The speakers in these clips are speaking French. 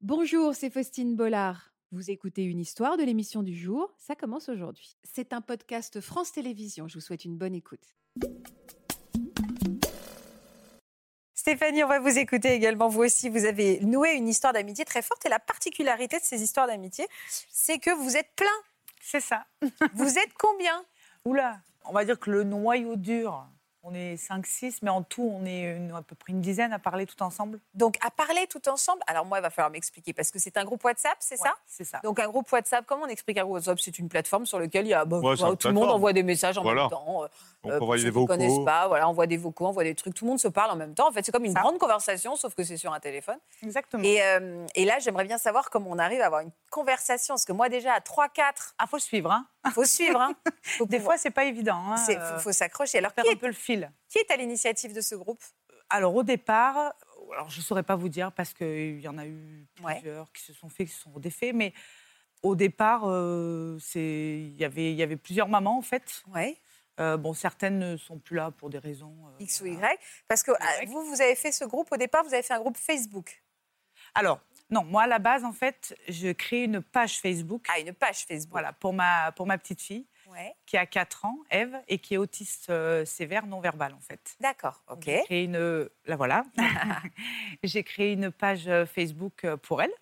Bonjour, c'est Faustine Bollard. Vous écoutez une histoire de l'émission du jour, ça commence aujourd'hui. C'est un podcast France Télévisions, je vous souhaite une bonne écoute. Stéphanie, on va vous écouter également. Vous aussi, vous avez noué une histoire d'amitié très forte. Et la particularité de ces histoires d'amitié, c'est que vous êtes plein. C'est ça. Vous êtes combien Oula, on va dire que le noyau dur, on est 5-6, mais en tout, on est une- à peu près une dizaine à parler tout ensemble. Donc, à parler tout ensemble, alors moi, il va falloir m'expliquer parce que c'est un groupe WhatsApp, c'est Ouais, ça C'est ça. donc un groupe WhatsApp, comment on explique un groupe WhatsApp C'est une plateforme sur laquelle il y a bah, Ouais, c'est bah, une tout le monde plateforme. envoie des messages en Voilà. même temps. euh, On euh, peut pour envoyer ceux des qui connaissent vocaux. pas, voilà, on voit des vocaux, on voit des trucs, tout le monde se parle en même temps. En fait, c'est comme une Ça. grande conversation, sauf que c'est sur un téléphone. Exactement. Et, euh, et là, j'aimerais bien savoir comment on arrive à avoir une conversation, parce que moi déjà à 3-4, Ah, faut suivre. Hein. faut suivre. Hein. Faut Des pouvoir- fois, c'est pas évident. Hein. c'est- euh, faut, faut s'accrocher. Alors qui faire un est, peu le fil. qui est à l'initiative de ce groupe Euh, Alors, au départ, euh, alors je saurais pas vous dire parce qu'il y en a eu Ouais. plusieurs qui se sont faits, qui se sont défaits, mais au départ, euh, c'est- il y avait- il y avait plusieurs mamans, en fait. Ouais. Euh, bon, certaines ne sont plus là pour des raisons. euh, X ou voilà. Y, parce que ah, Y. vous, vous avez fait ce groupe au départ, vous avez fait un groupe Facebook. Alors, non, moi, à la base, en fait, je crée une page Facebook Ah, une page Facebook. voilà, pour, ma, pour ma petite fille Ouais. qui a 4 ans, Eve, et qui est autiste euh, sévère non-verbal, en fait. D'accord, ok. J'ai créé une... euh, La voilà. J'ai créé une page euh, Facebook euh, pour elle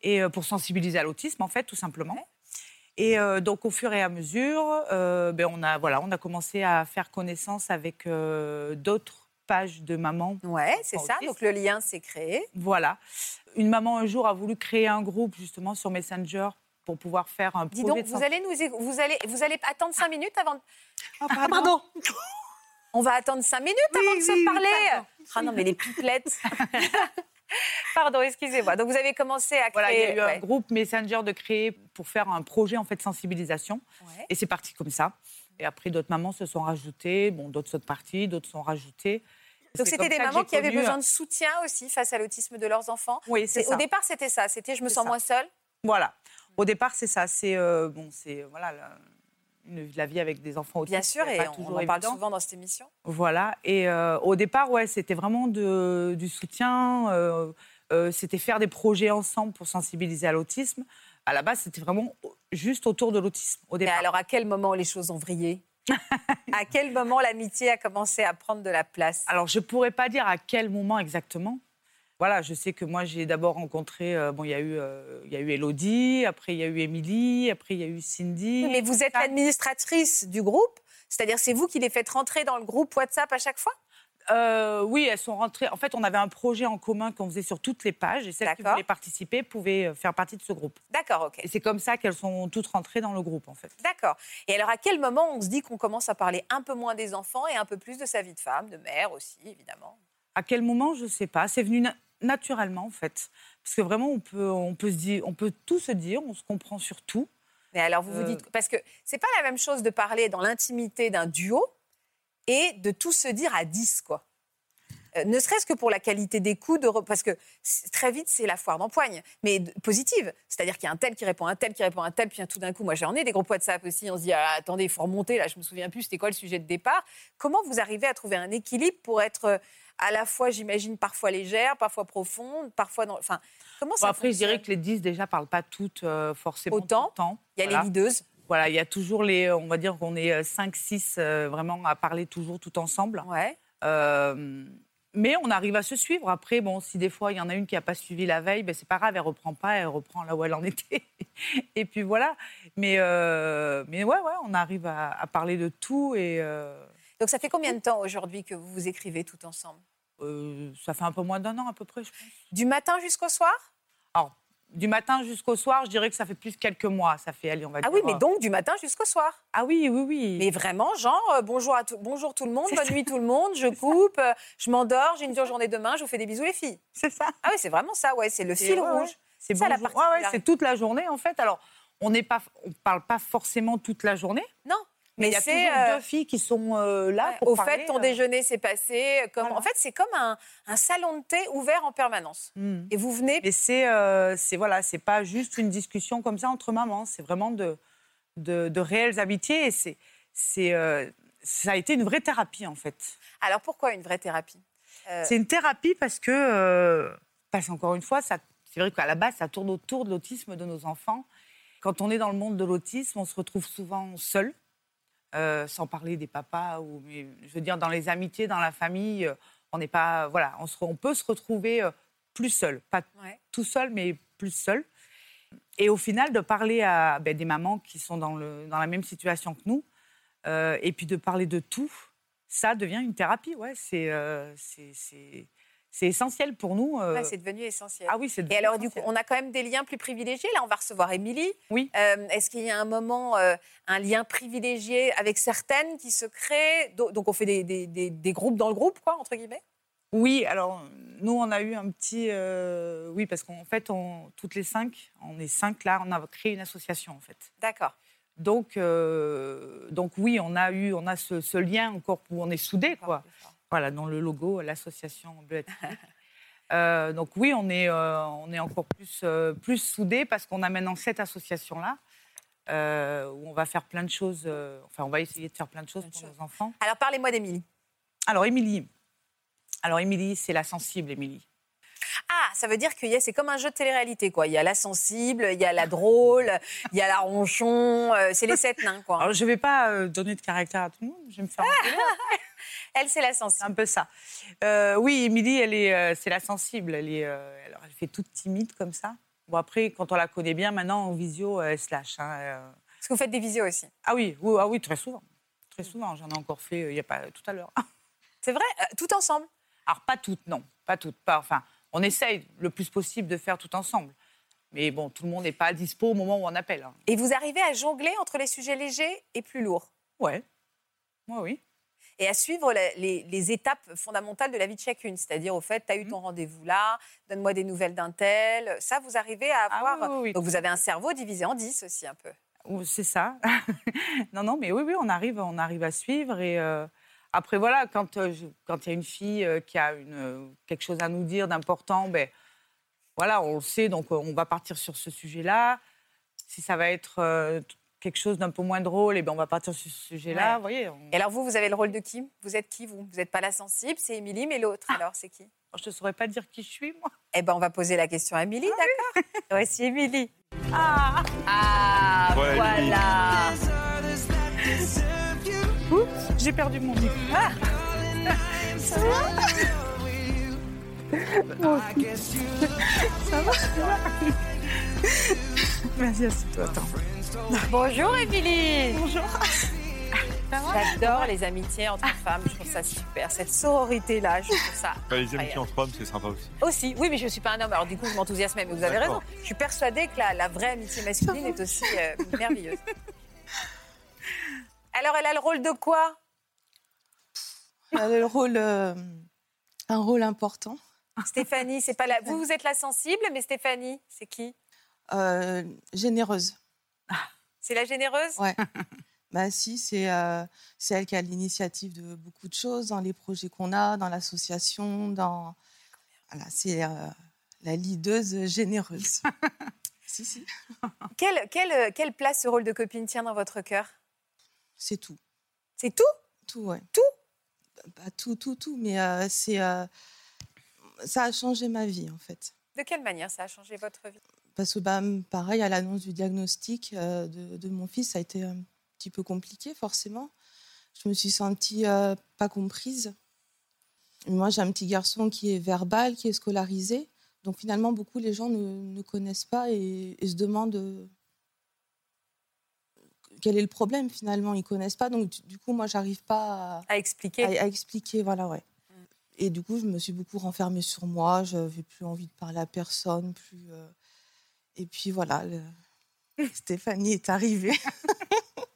et euh, pour sensibiliser à l'autisme, en fait, tout simplement. Et euh, donc, au fur et à mesure, euh, ben, on, a, voilà, on a commencé à faire connaissance avec euh, d'autres pages de mamans Ouais, c'est Enfant ça. autiste. Donc le lien s'est créé. Voilà. Une maman un jour a voulu créer un groupe justement sur Messenger pour pouvoir faire un Dis projet donc, de vous santé. allez nous, éc- vous allez, vous allez attendre cinq minutes avant. de- Ah, pardon. On va attendre cinq minutes avant de se parler. ah non, mais les pipelettes. pardon, excusez-moi. Donc vous avez commencé à créer. Voilà, il y a eu un ouais. groupe Messenger de créer pour faire un projet en fait de sensibilisation Ouais. et c'est parti comme ça. Et après d'autres mamans se sont rajoutées, bon d'autres sont parties, d'autres sont rajoutées. Donc C'est c'était comme des ça que mamans j'ai qui avaient connu, besoin euh, de soutien aussi face à l'autisme de leurs enfants. Oui, c'est C'est- ça. Au départ, c'était ça. C'était je me C'est sens ça. moins seule. Voilà. Au départ, c'est ça, c'est euh, bon, c'est euh, voilà la, une- la vie avec des enfants autistes. Bien sûr, c'est et pas on, toujours on en parle évident. souvent dans cette émission. Voilà. Et euh, au départ, ouais, c'était vraiment de- du soutien. euh, euh, c'était faire des projets ensemble pour sensibiliser à l'autisme. À la base, c'était vraiment au- juste autour de l'autisme au Mais départ. alors, à quel moment les choses ont vrillé À quel moment l'amitié a commencé à prendre de la place Alors, je pourrais pas dire à quel moment exactement. Voilà, je sais que moi, j'ai d'abord rencontré. euh, bon, il y a eu, euh, il y a eu Elodie. Après, il y a eu Émilie. Après, il y a eu Cindy. Mais vous êtes ça- l'administratrice du groupe, c'est-à-dire c'est vous qui les faites rentrer dans le groupe WhatsApp à chaque fois Euh, oui, elles sont rentrées. En fait, on avait un projet en commun qu'on faisait sur toutes les pages, et celles qui D'accord. voulaient participer pouvaient euh, faire partie de ce groupe. D'accord, ok. Et c'est comme ça qu'elles sont toutes rentrées dans le groupe, en fait. D'accord. Et alors, à quel moment on se dit qu'on commence à parler un peu moins des enfants et un peu plus de sa vie de femme, de mère aussi, évidemment À quel moment, je ne sais pas. C'est venu na- naturellement, en fait. Parce que vraiment, on peut, on, peut se dire, on peut tout se dire, on se comprend sur tout. Mais alors, vous vous Euh. dites. Parce que c'est pas la même chose de parler dans l'intimité d'un duo et de tout se dire à 10, quoi. Euh, ne serait-ce que pour la qualité d'écoute, de re- parce que c- très vite, c'est la foire d'empoigne, mais d- positive. C'est-à-dire qu'il y a un tel qui répond, un tel qui répond, un tel, puis tout d'un coup, moi j'en ai des groupes WhatsApp aussi, on se dit, ah, attendez, il faut remonter, là, je me souviens plus, c'était quoi le sujet de départ. Comment vous arrivez à trouver un équilibre pour être euh, à la fois, j'imagine, parfois légère, parfois profonde, parfois dans... Enfin, comment Bon, ça après, je dirais fonctionne que les 10, déjà, ne parlent pas toutes euh, forcément Autant. tout le temps. Il y a voilà. les leaders, Voilà, il y a toujours les... euh, On va dire qu'on est 5-6 euh, vraiment à parler toujours tout ensemble. ouais. Euh, mais on arrive à se suivre. Après, bon, si des fois il y en a une qui n'a pas suivi la veille, ben, c'est pas grave, elle reprend pas, elle reprend là où elle en était. et puis voilà. Mais, euh, mais ouais, ouais, on arrive à, à parler de tout et euh, Donc ça fait combien de temps aujourd'hui que vous vous écrivez tout ensemble euh, ça fait un peu moins d'un an à peu près, je pense. Du matin jusqu'au soir Du matin jusqu'au soir, je dirais que ça fait plus de quelques mois. Ça fait, allez, on va Ah dire. oui, mais euh, donc du matin jusqu'au soir. Ah oui, oui, oui. Mais vraiment, genre, euh, bonjour, à tout, bonjour tout le monde, C'est bonne ça. nuit tout le monde, je coupe, euh, je m'endors, j'ai une dure journée demain, je vous fais des bisous les filles. C'est ça. Ah oui, c'est vraiment ça, ouais, c'est le C'est- fil ouais, rouge. C'est Ça, la bonjour. Ouais, ouais, particularité. c'est toute la journée, en fait. Alors, on n'est pas, on parle pas forcément toute la journée. Non, Mais il y a c'est... toujours euh, deux filles qui sont euh, là ouais, pour au parler, fait, ton euh. déjeuner s'est passé. euh, Comme, Voilà. En fait, c'est comme un, un salon de thé ouvert en permanence. Mm. Et vous venez Mais c'est euh, c'est- voilà, c'est pas juste une discussion comme ça entre mamans, c'est vraiment de, de, de réelles amitiés et c'est c'est, euh, ça a été une vraie thérapie en fait. Alors pourquoi une vraie thérapie Euh, C'est une thérapie parce que euh, parce qu'encore une fois ça C'est vrai qu'à la base, ça tourne autour de l'autisme de nos enfants. Quand on est dans le monde de l'autisme, on se retrouve souvent seul, euh, sans parler des papas ou, mais, je veux dire, dans les amitiés, dans la famille, euh, on n'est pas, voilà, on, se, on peut se retrouver euh, plus seul, pas Ouais. tout seul, mais plus seul. Et au final, de parler à ben, des mamans qui sont dans, le, dans la même situation que nous, euh, et puis de parler de tout, ça devient une thérapie. Ouais, c'est euh, c'est- c'est- c'est essentiel pour nous. euh. Ouais, c'est devenu essentiel. ah oui, c'est Et alors, du coup, essentiel. on a quand même des liens plus privilégiés. Là, on va recevoir Émilie. Oui. Euh, Est-ce qu'il y a un moment, euh, un lien privilégié avec certaines qui se créent Do- Donc, on fait des, des- des- des groupes dans le groupe, quoi, entre guillemets Oui, alors nous, on a eu un petit. euh, oui, parce qu'en fait, on, toutes les cinq, on est cinq là, on a créé une association en fait. D'accord. Donc, euh, donc oui, on a eu, on a ce, ce lien encore où on est soudés, quoi. Voilà, dans le logo, l'association Bleu Atlantique. Euh, donc oui, on est, euh, on est encore plus, euh, plus soudés parce qu'on a maintenant cette association-là euh, où on va faire plein de choses, euh, enfin on va essayer de faire plein de choses Plein de pour choses. nos enfants. Alors, parlez-moi d'Émilie. Alors Émilie, alors Émilie, c'est la sensible Émilie. Ah, ça veut dire que c'est comme un jeu de télé-réalité, quoi. Il y a la sensible, il y a la drôle, il y a la ronchon. euh, c'est les sept nains, quoi. Alors je vais pas euh, donner de caractère à tout le monde, je vais me faire engueuler. Elle, c'est la C'est sensible. un peu ça. Euh, oui, Émilie, elle est, euh, c'est la sensible. Elle est, euh, alors, elle fait toute timide comme ça. Bon après, quand on la connaît bien, maintenant en visio, euh, elle se lâche. hein, euh. Parce que vous faites des visios aussi. Ah oui, oui, ah oui, très souvent, très souvent. J'en ai encore fait, euh, il y a pas tout à l'heure. C'est vrai, euh, tout ensemble. Alors pas toutes, non, pas toutes, pas. Enfin, on essaye le plus possible de faire tout ensemble. Mais bon, tout le monde n'est pas à dispo au moment où on appelle. hein. Et vous arrivez à jongler entre les sujets légers et plus lourds. Ouais, ouais, oui. Et à suivre la- les, les étapes fondamentales de la vie de chacune. C'est-à-dire, au fait, tu as Mm. eu ton rendez-vous là, donne-moi des nouvelles d'un tel. Ça, vous arrivez à Ah avoir. oui, oui, oui. Donc, vous avez un cerveau divisé en 10 aussi, un peu. Ou- C'est ça. non, non, mais oui, oui, on arrive, on arrive à suivre. Et euh, après, voilà, quand euh, je- quand il y a une fille euh, qui a une, euh, quelque chose à nous dire d'important, ben voilà, on le sait, donc euh, on va partir sur ce sujet-là. Si ça va être euh, t- quelque chose d'un peu moins drôle, et ben on va partir sur ce sujet-là. Ouais. Vous voyez, on- Et alors, vous, vous avez le rôle de qui Vous êtes qui, vous Vous n'êtes pas la sensible, c'est Émilie, mais l'autre, Ah. alors, c'est qui je ne saurais pas dire qui je suis, moi. Eh ben, on va poser la question à Émilie, d'accord Voici Émilie. Ah, Ah, Voilà, Ah. voilà. j'ai perdu mon micro. Bonjour, Émilie. Bonjour. J'adore les amitiés entre femmes, je trouve ça super. Cette sororité-là, je trouve ça Bah, les amitiés entre hommes, c'est sympa aussi. Aussi, oui, mais je ne suis pas un homme, alors du coup, je m'enthousiasme, mais vous avez raison. D'accord. Je suis persuadée que la, la vraie amitié masculine est aussi euh, merveilleuse. Alors, elle a le rôle de quoi Elle a le rôle, euh, un rôle important. Stéphanie, c'est pas la... Vous, vous êtes la sensible, mais Stéphanie, c'est qui Euh, généreuse. C'est la généreuse Ouais. Bah si, c'est euh, c'est elle qui a l'initiative de beaucoup de choses dans les projets qu'on a, dans l'association, dans. Voilà, c'est euh, la leaduse généreuse. si si, quelle, quelle, quelle place ce rôle de copine tient dans votre cœur c'est tout, C'est tout tout ouais. Tout Bah, tout tout tout, mais euh, c'est euh, ça a changé ma vie en fait. De quelle manière ça a changé votre vie Parce que, bah, pareil, à l'annonce du diagnostic euh, de, de mon fils, ça a été un petit peu compliqué, forcément. Je me suis sentie euh, pas comprise. Et moi, j'ai un petit garçon qui est verbal, qui est scolarisé. Donc, finalement, beaucoup les gens ne, ne connaissent pas et, et se demandent euh, quel est le problème, finalement. Ils connaissent pas. Donc, du- du coup, moi, j'arrive pas à à expliquer à, à expliquer, voilà, ouais. Et du coup, je me suis beaucoup renfermée sur moi. Je n'avais plus envie de parler à personne. Plus, euh, Et puis voilà, le- Stéphanie est arrivée.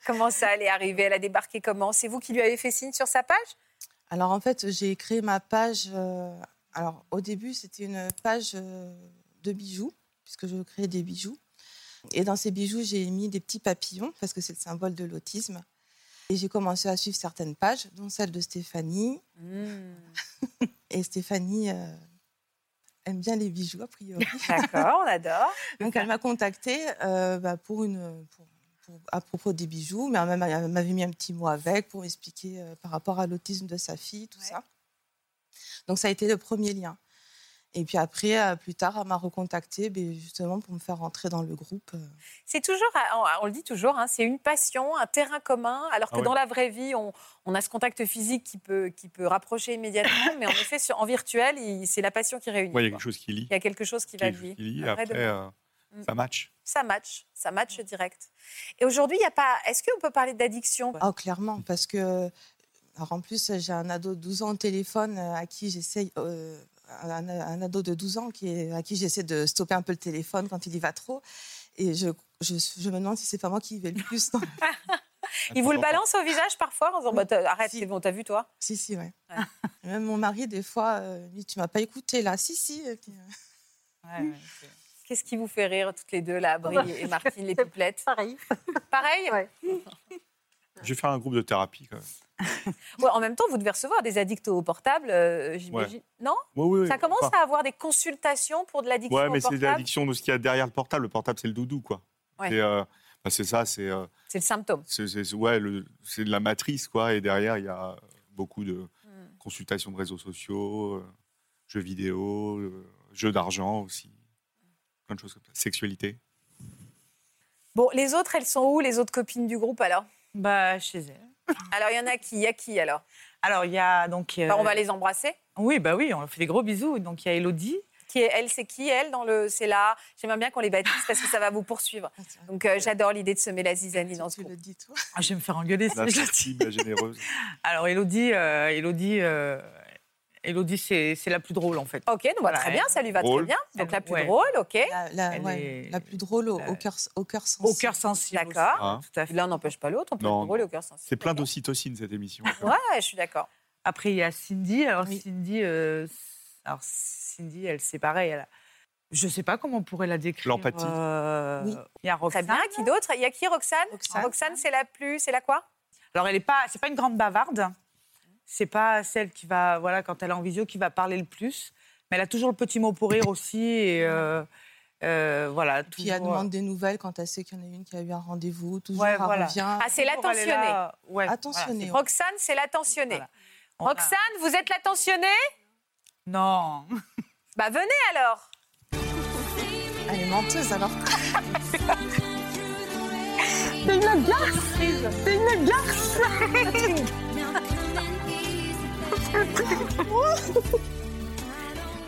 Comment ça allait arriver Elle a débarqué comment C'est vous qui lui avez fait signe sur sa page Alors en fait, j'ai créé ma page. euh, Alors au début, c'était une page euh, de bijoux, puisque je créais des bijoux. Et dans ces bijoux, j'ai mis des petits papillons, parce que c'est le symbole de l'autisme. Et j'ai commencé à suivre certaines pages, dont celle de Stéphanie. Hmm. Et Stéphanie euh, aime bien les bijoux, a priori. D'accord, on adore. Donc elle m'a contactée euh, bah, pour une, pour- pour- à propos des bijoux, mais elle m'a- elle m'avait mis un petit mot avec pour m'expliquer euh, par rapport à l'autisme de sa fille, tout Ouais. ça. Donc ça a été le premier lien. Et puis après, euh, plus tard, elle m'a recontactée ben, justement pour me faire rentrer dans le groupe. euh. C'est toujours, on, on le dit toujours, hein, c'est une passion, un terrain commun, alors que Ah ouais. dans la vraie vie, on, on a ce contact physique qui peut, qui peut rapprocher immédiatement, mais en effet, sur- en virtuel, il- c'est la passion qui réunit. Ouais, il y a quoi. quelque chose qui lie. Il y a quelque chose qui va Quelque chose lier. qui lie. Un vrai Après, demain. euh, ça match. Ça match, ça match direct. Et aujourd'hui, il n'y a pas. Est-ce qu'on peut parler d'addiction Ah, clairement, parce que. Alors en plus, j'ai un ado de 12 ans au téléphone euh, à qui j'essaye. euh, un, un ado de 12 ans qui est, à qui j'essaie de stopper un peu le téléphone quand il y va trop. Et je, je, je me demande si c'est pas moi qui y vais le plus. Non. Ils vous le Attends, balancent au visage parfois en disant bah, t'as- Arrête, Si. c'est bon, t'as vu toi si, si, ouais. Ouais. Même mon mari, des fois, euh, lui, tu m'as pas écouté là. Si, si. euh, Ouais, ouais, c'est- Qu'est-ce qui vous fait rire toutes les deux, là, Brie et Martine, les pipelettes Pareil. Pareil Ouais. Je vais faire un groupe de thérapie quand même. Ouais, En même temps, vous devez recevoir des addicts au portable, euh, j'imagine. Non Ouais, ouais, ouais, Ça commence enfin, à avoir des consultations pour de l'addiction Ouais, au mais c'est portable l'addiction de ce qu'il y a derrière le portable. Le portable, c'est le doudou, quoi. Ouais. C'est, euh, bah, c'est ça, c'est, euh, C'est le symptôme. c'est, c'est- c'est- ouais, le- c'est de la matrice, quoi. Et derrière, il y a beaucoup de Hmm. consultations de réseaux sociaux, euh, jeux vidéo, euh, jeux d'argent aussi. Mm. Plein de choses comme ça. Sexualité. Bon, les autres, elles sont où, les autres copines du groupe, alors Bah, chez elle. Alors, il y en a qui Il y a qui, alors Alors, il y a donc. euh, Enfin, Bah, On va les embrasser. Oui, bah oui, on leur fait des gros bisous. Donc, il y a Elodie. Qui est, elle, c'est qui, elle, dans le... C'est là. J'aimerais bien qu'on les baptise parce que ça va vous poursuivre. Donc, euh, j'adore l'idée de semer la zizanie dans ce tu groupe. le dis toi. Ah, je vais me faire engueuler. si La je le dis. sensible, la généreuse. Alors, Elodie, euh, Elodie, euh, Elodie c'est c'est la plus drôle, en fait. Ok, donc bah, Voilà, très elle- bien, ça lui va très drôle. bien. Donc la plus Ouais. drôle, ok. La, la- Elle ouais, est- la plus drôle au, la- au cœur, au cœur sensible. Au cœur sensible. aussi. D'accord. Hein. Tout à fait. Ah. L'un n'empêche pas l'autre, on peut Non, être drôle non. et au cœur sensible. C'est plein d'ocytocine, cette émission. Ah Ouais, je suis d'accord. Après, il y a Cindy. Alors, Oui. Cindy, euh, alors Cindy, elle, c'est pareil. Elle a- Je ne sais pas comment on pourrait la décrire. L'empathie. Euh, Oui. Il y a Très Roxane. bien. Qui d'autre Il y a qui, Roxane Roxane. c'est la plus. C'est la quoi Alors, elle n'est pas, c'est pas une grande bavarde. C'est pas celle qui va, voilà, quand elle est en visio, qui va parler le plus. Mais elle a toujours le petit mot pour rire aussi. Et euh, euh, voilà. Puis elle toujours, demande des nouvelles quand elle sait qu'il y en a une qui a eu un rendez-vous. Toujours Ouais, elle voilà. revient. Ah, c'est toujours, elle est l'attentionnée. là. Ouais, voilà, Attentionnée. c'est- Roxane, c'est l'attentionnée. Voilà. On a- Roxane, vous êtes l'attentionnée Non. Bah venez alors. Elle est menteuse alors.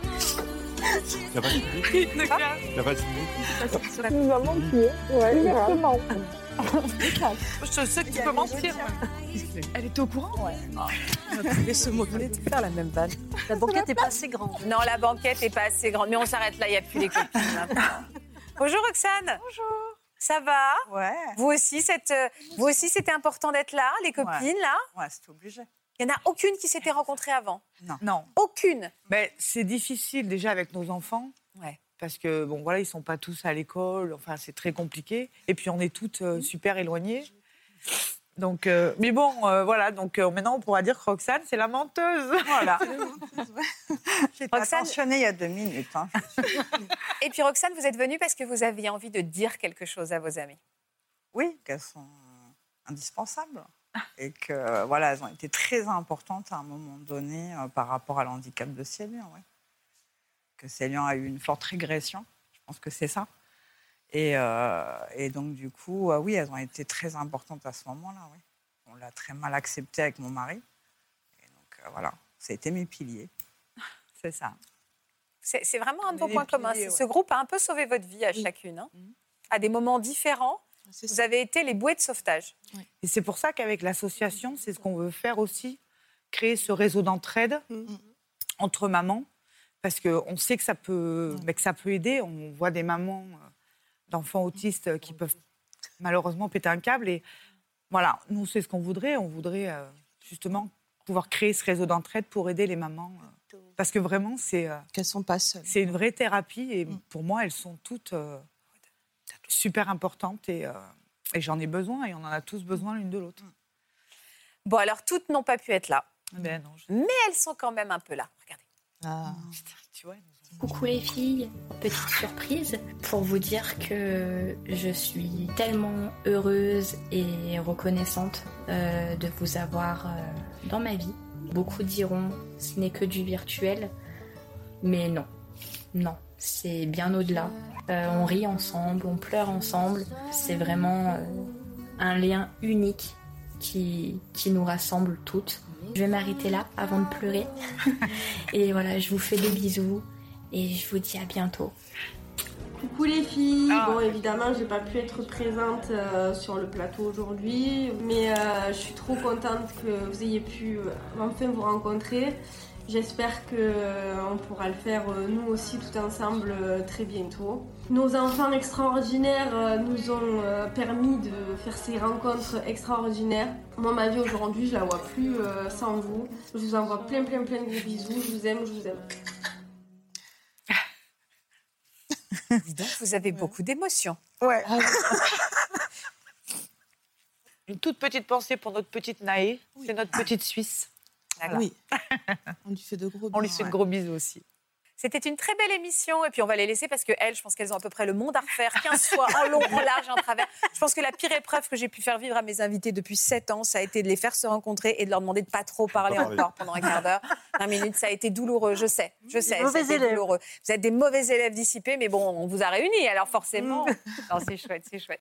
Il n'y a pas de public, il n'y a pas de public. Je sais que tu peux mentir. Elle était au courant Et ce mot faire la même vanne. La banquette n'est pas assez grande. Non, la banquette n'est pas assez grande. Mais on s'arrête là, il n'y a plus les copines. maintenant. Bonjour Roxane. Bonjour. Ça va Ouais, Vous aussi, cette, euh, vous aussi, c'était important d'être là, les copines, là ouais c'est obligé. Il n'y en a aucune qui s'était rencontrée avant. Non. non. Aucune. Mais c'est difficile déjà avec nos enfants. Ouais. Parce que, bon, voilà, ils sont pas tous à l'école. Enfin, c'est très compliqué. Et puis, on est toutes euh, super éloignées. Donc, euh, mais bon, euh, voilà. Donc, euh, maintenant, on pourra dire que Roxane, c'est la menteuse. Voilà. J'étais Roxane- attentionnée il y a deux minutes. hein. Et puis Roxane, vous êtes venue parce que vous aviez envie de dire quelque chose à vos amis. Oui, qu'elles sont euh, indispensables. Et que, voilà, elles ont été très importantes à un moment donné euh, par rapport à l'handicap de Célian. ouais. Que Célian a eu une forte régression, je pense que c'est ça. Et, euh, et donc, du coup, euh, oui, elles ont été très importantes à ce moment-là. oui. On l'a très mal accepté avec mon mari. Et donc, euh, voilà, ça a été mes piliers. C'est ça. C'est c'est vraiment un de On vos est points des communs. piliers, C'est- ouais. Mm. Ce groupe a un peu sauvé votre vie à Oui. chacune. hein. Mhm. À des moments différents, C'est vous avez été les bouées de sauvetage. Et c'est pour ça qu'avec l'association, c'est ce qu'on veut faire aussi, créer ce réseau d'entraide entre mamans, parce qu'on sait que ça, peut, mais que ça peut aider. On voit des mamans euh, d'enfants autistes euh, qui peuvent malheureusement péter un câble. Et voilà, nous, c'est ce qu'on voudrait. On voudrait euh, justement pouvoir créer ce réseau d'entraide pour aider les mamans. euh, Parce que vraiment, c'est euh, qu'elles sont pas seules. c'est une vraie thérapie. Et Mm. pour moi, elles sont toutes euh, super importantes. Et, euh, et j'en ai besoin. Et on en a tous besoin l'une de l'autre. Bon, alors toutes n'ont pas pu être là, Ben non, je- mais elles sont quand même un peu là. Regardez. Ah. tu vois, Coucou les filles, petite surprise pour vous dire que je suis tellement heureuse et reconnaissante euh, de vous avoir euh, dans ma vie. Beaucoup diront ce n'est que du virtuel, mais non. Non, c'est bien au-delà. Euh, on rit ensemble, on pleure ensemble. C'est vraiment euh, un lien unique qui, qui nous rassemble toutes. Je vais m'arrêter là avant de pleurer. et voilà, je vous fais des bisous et je vous dis à bientôt. Coucou les filles. Ah. Bon, évidemment, j'ai pas pu être présente euh, sur le plateau aujourd'hui, mais euh, je suis trop contente que vous ayez pu euh, enfin vous rencontrer. J'espère que euh, on pourra le faire euh, nous aussi tout ensemble euh, très bientôt. Nos enfants extraordinaires euh, nous ont euh, permis de faire ces rencontres extraordinaires. Moi, ma vie aujourd'hui, je la vois plus euh, sans vous. Je vous envoie plein, plein, plein de bisous. Je vous aime, je vous aime. Ah, Dis donc, vous avez beaucoup d'émotions. Ouais. Une toute petite pensée pour notre petite Naé. C'est notre petite Suisse. Voilà. Oui. On lui fait de gros On lui bisous, fait de ouais. gros bisous aussi. C'était une très belle émission. Et puis, on va les laisser parce que elles, je pense qu'elles ont à peu près le monde à refaire, 15 fois, en long, en large, en travers. Je pense que la pire épreuve que j'ai pu faire vivre à mes invités depuis 7 ans, ça a été de les faire se rencontrer et de leur demander de pas trop parler parler. encore pendant un quart d'heure, 20 minutes. Ça a été douloureux, je sais. Je sais. mauvais ça a été élèves. douloureux. Vous êtes des mauvais élèves dissipés, mais bon, on vous a réunis, alors forcément. Mm. Non, c'est chouette, c'est chouette.